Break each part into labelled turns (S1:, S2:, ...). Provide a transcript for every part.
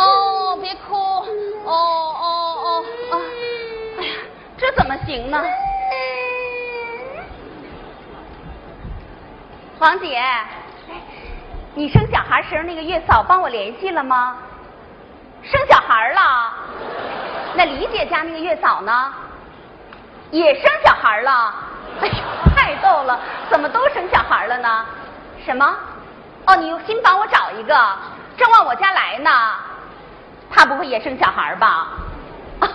S1: 哦哎行呢？王姐，你生小孩时候那个月嫂帮我联系了吗？生小孩了？那李姐家那个月嫂呢？也生小孩了？哎呦，太逗了！怎么都生小孩了呢？什么？哦，你又新帮我找一个，正往我家来呢。他不会也生小孩吧？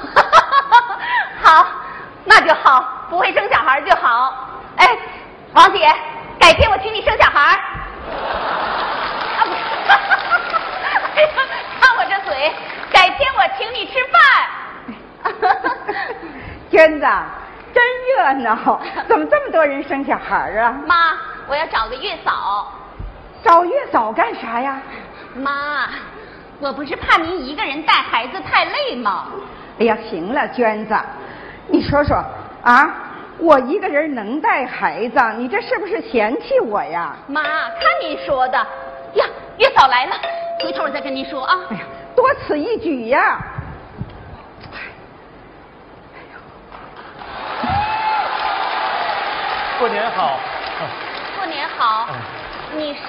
S1: 好，那就好，不会生小孩就好。哎，王姐，改天我请你生小孩。 啊不是哎呀看我这嘴，改天我请你吃饭。
S2: 娟子，真热闹，怎么这么多人生小孩啊？
S1: 妈，我要找个月嫂。
S2: 找月嫂干啥呀？
S1: 妈，我不是怕您一个人带孩子太累吗？
S2: 哎呀，行了，娟子，你说说啊，我一个人能带孩子，你这是不是嫌弃我呀？
S1: 妈，看您说的呀，月嫂来了，回头我再跟您说啊。
S2: 哎呀，多此一举呀！
S3: 过年好，
S1: 过年好，
S2: 哎
S1: 你是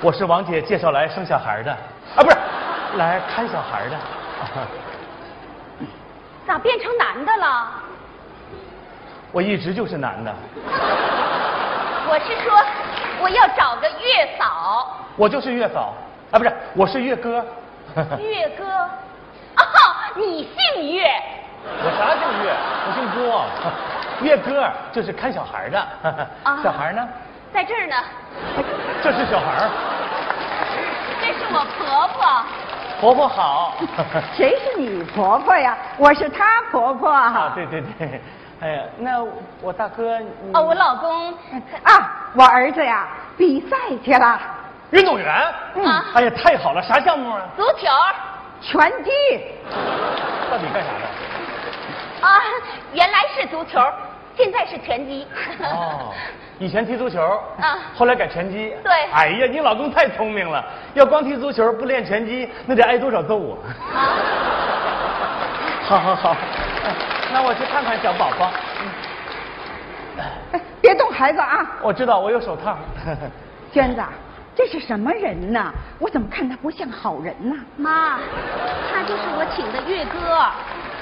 S3: 我是王姐介绍来生小孩的，啊，不是，来看小孩的。
S1: 咋变成男的了？
S3: 我一直就是男的，
S1: 我是说我要找个月嫂，
S3: 我就是月嫂，啊，不是，我是月哥。
S1: 月哥。哦，你姓岳，
S3: 我啥姓岳？我姓郭。月哥就是看小孩的，
S1: 啊
S3: 小孩呢？
S1: 在这儿呢，
S3: 这是小孩儿，
S1: 这是我婆婆。
S3: 婆婆
S1: 啊
S3: 好。
S2: 谁是你婆婆呀？我是她婆婆。
S3: 啊，对对对，哎呀，那我大哥，你
S1: 哦，我老公
S2: 啊，我儿子呀，比赛去了，
S3: 运动员。
S1: 嗯
S3: 哎呀，太好了，啥项目啊？
S1: 足球
S2: 拳击。
S3: 到底干啥的？
S1: 啊，原来是足球，现在是拳击。
S3: 哦，以前踢足球，
S1: 啊
S3: 后来改拳击。
S1: 对
S3: 哎呀，你老公太聪明了，要光踢足球不练拳击，那得挨多少揍啊！
S1: 啊，
S3: 好好好，那我去看看小宝宝。
S2: 哎，别动孩子啊，
S3: 我知道我有手套。
S2: 娟子，啊这是什么人呐？我怎么看他不像好人呐？
S1: 妈，他就是我请的岳哥。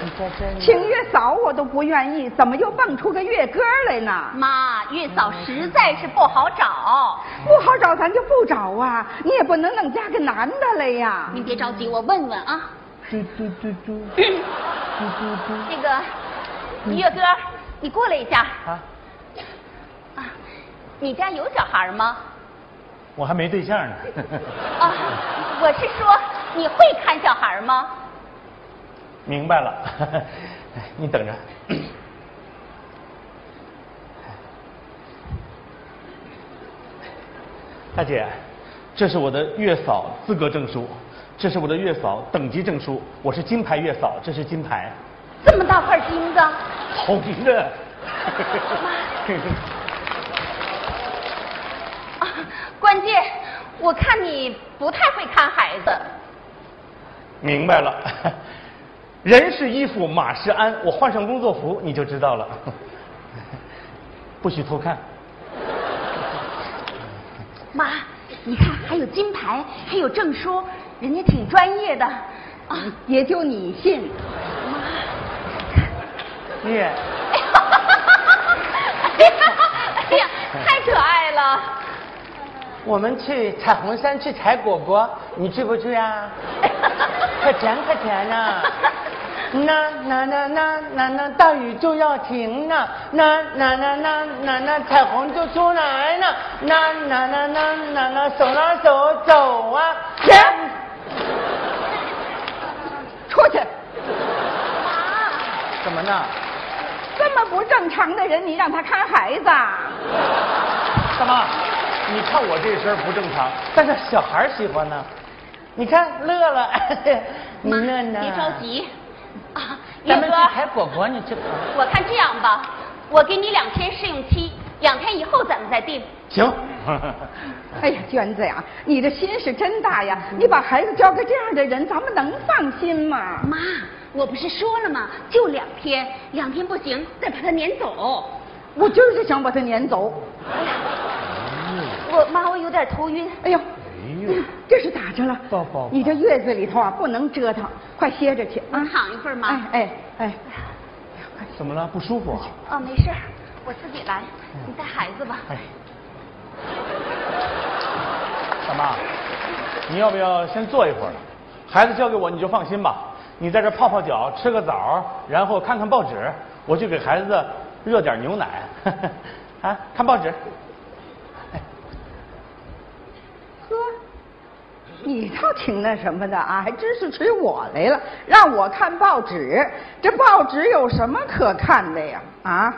S3: 你在这里
S2: 请月嫂我都不愿意，怎么又蹦出个月歌来呢？
S1: 妈，月嫂实在是不好找。
S2: 不好找咱就不找啊，你也不能弄嫁个男的来呀。
S3: 嗯
S1: 您别着急，我问问 啊。
S3: 嘟嘟嘟嘟嘟嘟嘟
S1: 那个，月哥，你过来一下。
S3: 啊！
S1: 啊，你家有小孩吗？
S3: 我还没对象呢。
S1: 啊，我是说你会看小孩吗？
S3: 明白了， 你等着。大姐，这是我的月嫂资格证书，这是我的月嫂等级证书，我是金牌月嫂，这是金牌，
S1: 这么大块金子，
S3: 红的。
S1: 啊，关键我看你不太会看孩子。
S3: 明白了，人是衣服，马是鞍，我换上工作服你就知道了。不许偷看，
S1: 妈，你看还有金牌，还有证书，人家挺专业的。啊，
S2: 也就你信。
S3: 你也
S1: 哎呀，哎呀，太可爱了。
S4: 我们去彩虹山去采果果，你去不去啊？可甜可甜呐、啊那那那那那那大雨就要停了，那那那那那那彩虹就出来了，那那那那那那手拉手走啊！
S2: 停，出去！
S4: 怎么呢？
S2: 这么不正常的人，你让他看孩子？啊
S3: 大妈，你看我这身不正常，但是小孩喜欢呢。
S4: 你看乐了， 你
S1: 妈，
S4: 乐呢？
S1: 别着，急。啊，岳
S4: 咱们
S1: 哥
S4: 去，采果果，你去吧。
S1: 我看这样吧，我给你两天试用期，两天以后咱们再定。
S3: 行，
S2: 哎呀，娟子呀，你这心是真大呀！你把孩子交给这样的人，咱们能放心吗？
S1: 妈，我不是说了吗？就两天，两天不行，得把他撵走。
S2: 我就是想把他撵走。
S1: 我妈，我有点头晕。
S2: 哎呦，
S3: 哎呦，
S2: 这是咋着了？
S3: 抱抱
S2: 你这月子里头啊，不能折腾，快歇着去啊
S1: 能！躺一会儿吗
S2: 哎哎哎，
S3: 怎么了？不舒服啊？
S1: 哦，没事儿，我自己来。你带孩子吧。
S3: 哎，大妈，你要不要先坐一会儿？孩子交给我，你就放心吧。你在这泡泡脚，吃个枣，然后看看报纸。我去给孩子热点牛奶。 啊，看报纸。
S2: 呵，你倒挺那什么的啊，还真是吹我来了，让我看报纸。这报纸有什么可看的呀？啊！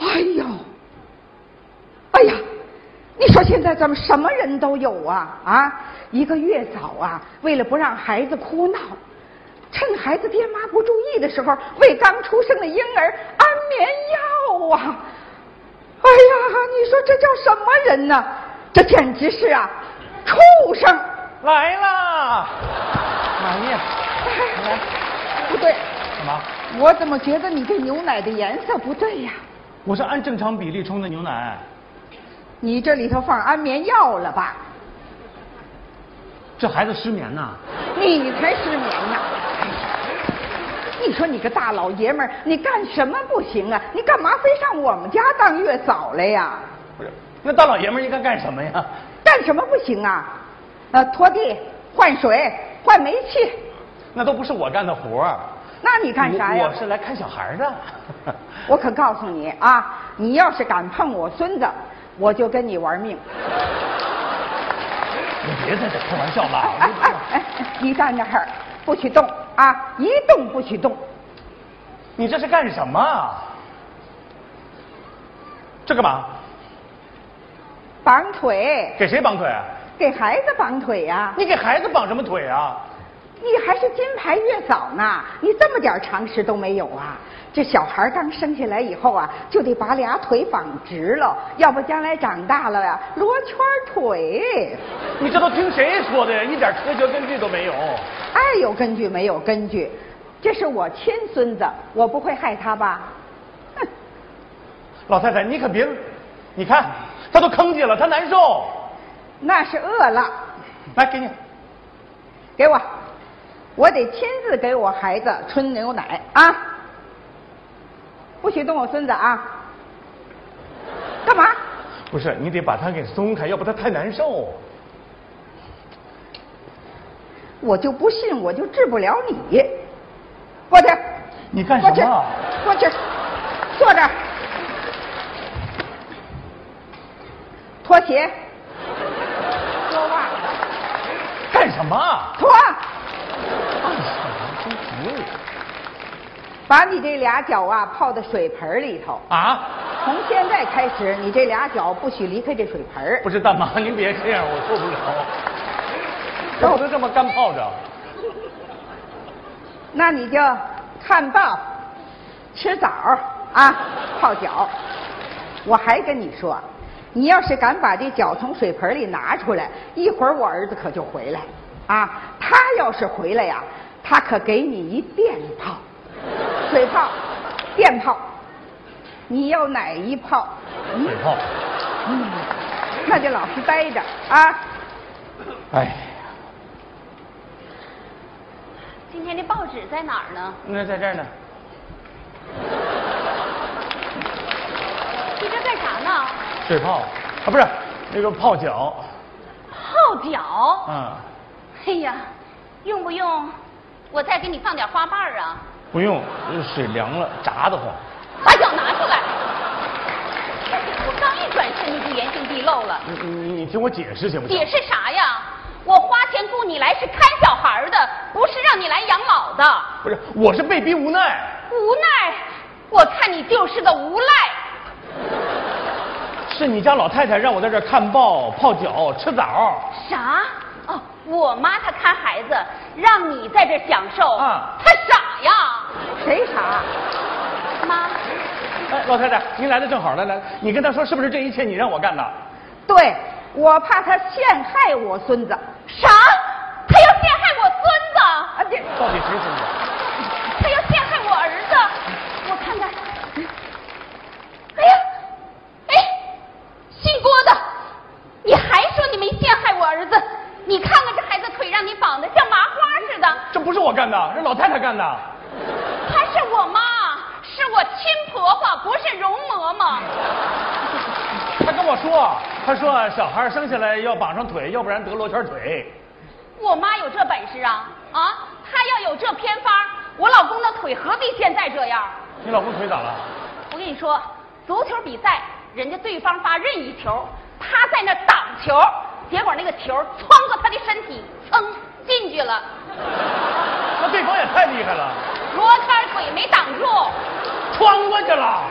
S2: 哎呦，哎呀，你说现在咱们什么人都有啊啊！一个月嫂啊，为了不让孩子哭闹，趁孩子爹妈不注意的时候，为刚出生的婴儿安眠药啊！哎呀，你说这叫什么人呢？这简直是啊，畜生！
S3: 来啦！妈呀！来，
S2: 不对，
S3: 干嘛？
S2: 我怎么觉得你这牛奶的颜色不对呀、
S3: 我是按正常比例冲的牛奶，
S2: 你这里头放安眠药了吧？
S3: 这孩子失眠呐。
S2: 你才失眠呢！哎呀你说你个大老爷们儿，你干什么不行啊？你干嘛非上我们家当月嫂来呀？
S3: 不是，那大老爷们儿应该干什么呀？
S2: 干什么不行啊？呃，拖地、换水、换煤气，
S3: 那都不是我干的活儿。
S2: 那你干啥呀？
S3: 我我是来看小孩儿的。
S2: 我可告诉你啊，你要是敢碰我孙子，我就跟你玩命！
S3: 你别在这开玩笑
S2: 哎哎哎
S3: 了，
S2: 哎，你站那儿不许动啊，一动不许动！
S3: 你这是干什么啊？这干嘛？
S2: 绑腿，
S3: 给谁绑腿啊？
S2: 给孩子绑腿呀、
S3: 你给孩子绑什么腿啊？
S2: 你还是金牌月嫂呢，你这么点常识都没有啊！这小孩刚生下来以后啊，就得把俩腿绑直了，要不将来长大了呀、罗圈腿。
S3: 你这都听谁说的呀？一点科学根据都没有。
S2: 爱有根据没有根据？这是我亲孙子，我不会害他吧？哼，
S3: 老太太，你可别，你看他都吭叽了，他难受。
S2: 那是饿了，
S3: 来，给你，
S2: 给我，我得亲自给我孩子春牛奶啊！不许动我孙子啊！干嘛？
S3: 不是你得把他给松开，要不他太难受。
S2: 我就不信，我就治不了你。过去，
S3: 你干
S2: 过去
S3: 什么啊，
S2: 过去，坐这儿。脱鞋，脱袜子。
S3: 干什么嗯啊？
S2: 脱，
S3: 真服你
S2: 把你这俩脚啊泡到水盆儿里头。
S3: 啊！
S2: 从现在开始，你这俩脚不许离开这水盆儿
S3: 不。是大妈， 您别这样，我受不了。我都这么干泡着，
S2: 那你就看报，吃枣儿啊，泡脚。我还跟你说，你要是敢把这脚从水盆里拿出来，一会儿我儿子可就回来啊。他要是回来呀、他可给你一电炮，水泡、电炮，你要哪一炮？嗯
S3: 水泡。
S2: 嗯，那就老实待着啊！
S3: 哎，
S1: 今天这报纸在哪儿呢？
S3: 那在这儿呢。
S1: 你这干啥呢？
S3: 水泡啊，不是那个泡脚。
S1: 泡脚。
S3: 嗯，
S1: 哎呀，用不用我再给你放点花瓣儿啊？
S3: 不用，水凉了，炸得慌。
S1: 把脚拿出来。我刚一转身，你就原形毕露了。
S3: 你你你听我解释行不行？
S1: 解释啥呀？我花钱雇你来是看小孩儿的，不是让你来养老的。
S3: 不是，我是被逼无奈。
S1: 无奈，我看你就是个无赖。
S3: 是你家老太太让我在这儿看报、泡脚、吃枣。
S1: 啥？哦，我妈她看孩子，让你在这享受。
S3: 啊
S1: 她傻呀，
S2: 谁傻？
S1: 妈。
S3: 哎，老太太，您来的正好，来来，你跟她说是不是这一切你让我干的？
S2: 对，我怕他陷害我孙子。
S1: 啥？她要陷害我孙子？
S2: 啊
S3: 到底谁先做？
S1: 他要陷害我儿子，我看看。哎呀，哎，姓郭的，你还说你没陷害我儿子？你看看这孩子腿让你绑的像麻花似的，
S3: 这不是我干的，是老太太干的。
S1: 她是我妈，是我亲婆婆，不是容嬷嬷。
S3: 她跟我说，她说小孩生下来要绑上腿，要不然得罗圈腿。
S1: 我妈有这本事啊啊！她要有这偏方，我老公的腿何必现在这样？
S3: 你老公腿咋了？
S1: 我跟你说，足球比赛，人家对方发任意球，他在那挡球，结果那个球穿过他的身体，噌进去了，
S3: 那对方也太厉害了，
S1: 罗圈腿没挡住，
S3: 穿过去了。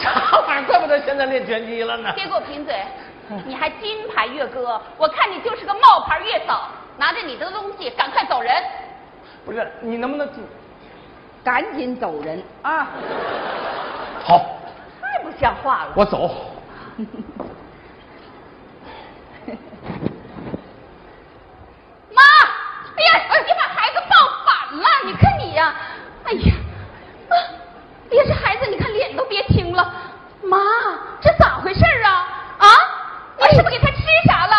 S3: 啥玩意儿？怪不得现在练拳击了呢。
S1: 别给我贫嘴！你还金牌月哥，我看你就是个冒牌月嫂，拿着你的东西赶快走人！
S3: 不是，你能不能
S2: 赶紧走人啊！
S3: 好？
S1: 太不像话了！
S3: 我走。
S1: 妈，哎呀，你把孩子抱反了，你看你呀、哎呀，啊，别这孩子，你看脸都憋青了。妈，这咋回事儿啊？啊，你是不是给他吃啥了？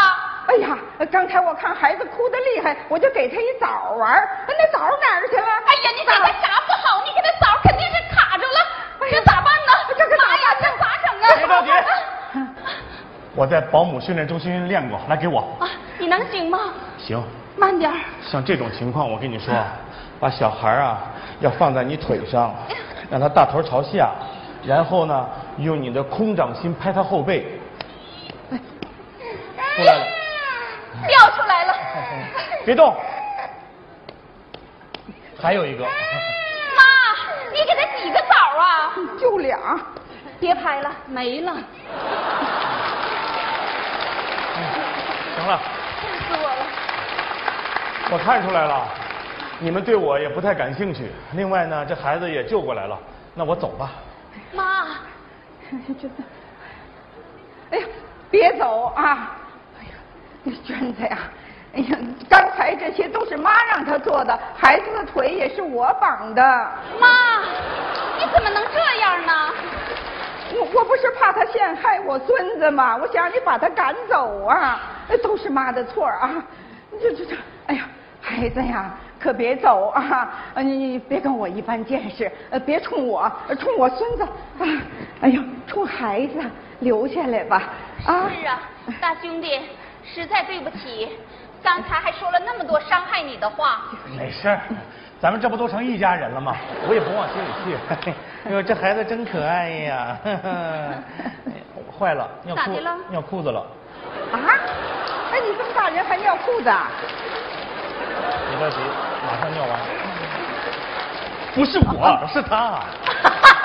S2: 哎呀，刚才我看孩子哭得厉害，我就给他一枣玩儿哎那枣哪儿去了？
S1: 哎呀，你给他啥不好？你给他枣肯定是卡着了，
S3: 哎
S1: 这咋办呢？
S2: 这可咋
S1: 妈呀，这咋整啊？
S3: 别着急 我在保姆训练中心练过，来给我。
S1: 啊，你能行吗？
S3: 行，
S1: 慢点儿。
S3: 像这种情况，我跟你说，把小孩啊要放在你腿上，让他大头朝下，然后呢，用你的空掌心拍他后背。出来了，
S1: 哎掉出来了。
S3: 嗯别动。还有一个，
S1: 妈，你给他几个枣 啊？
S2: 就俩，
S1: 别拍了，没了，
S3: 行了，
S1: 气死我了。
S3: 我看出来了，你们对我也不太感兴趣。另外呢，这孩子也救过来了，那我走吧。
S1: 妈，
S2: 真的。哎呀，别走啊！哎呀，那娟子呀，哎呀，刚才这些都是妈让他做的，孩子的腿也是我绑的。
S1: 妈，你怎么能这样呢？
S2: 我我不是怕他陷害我孙子吗？我想让你把他赶走啊！哎都是妈的错儿啊！这这这，哎呀，孩子呀，可别走啊！呃你你别跟我一般见识，呃，别冲我，呃冲我孙子啊！哎呀，冲孩子，留下来吧！啊，
S1: 是啊，大兄弟，实在对不起，刚才还说了那么多伤害你的话。
S3: 没事儿，咱们这不都成一家人了吗？我也不往心里 去。哎呦，这孩子真可爱 呀！呵呵哎坏了，尿
S1: 咋
S3: 裤
S1: 的了
S3: 尿裤子了。
S2: 啊！哎，你这么大人还尿裤子？啊？
S3: 别着急，马上尿完。不是我，是他。
S1: 哈哈
S3: 啊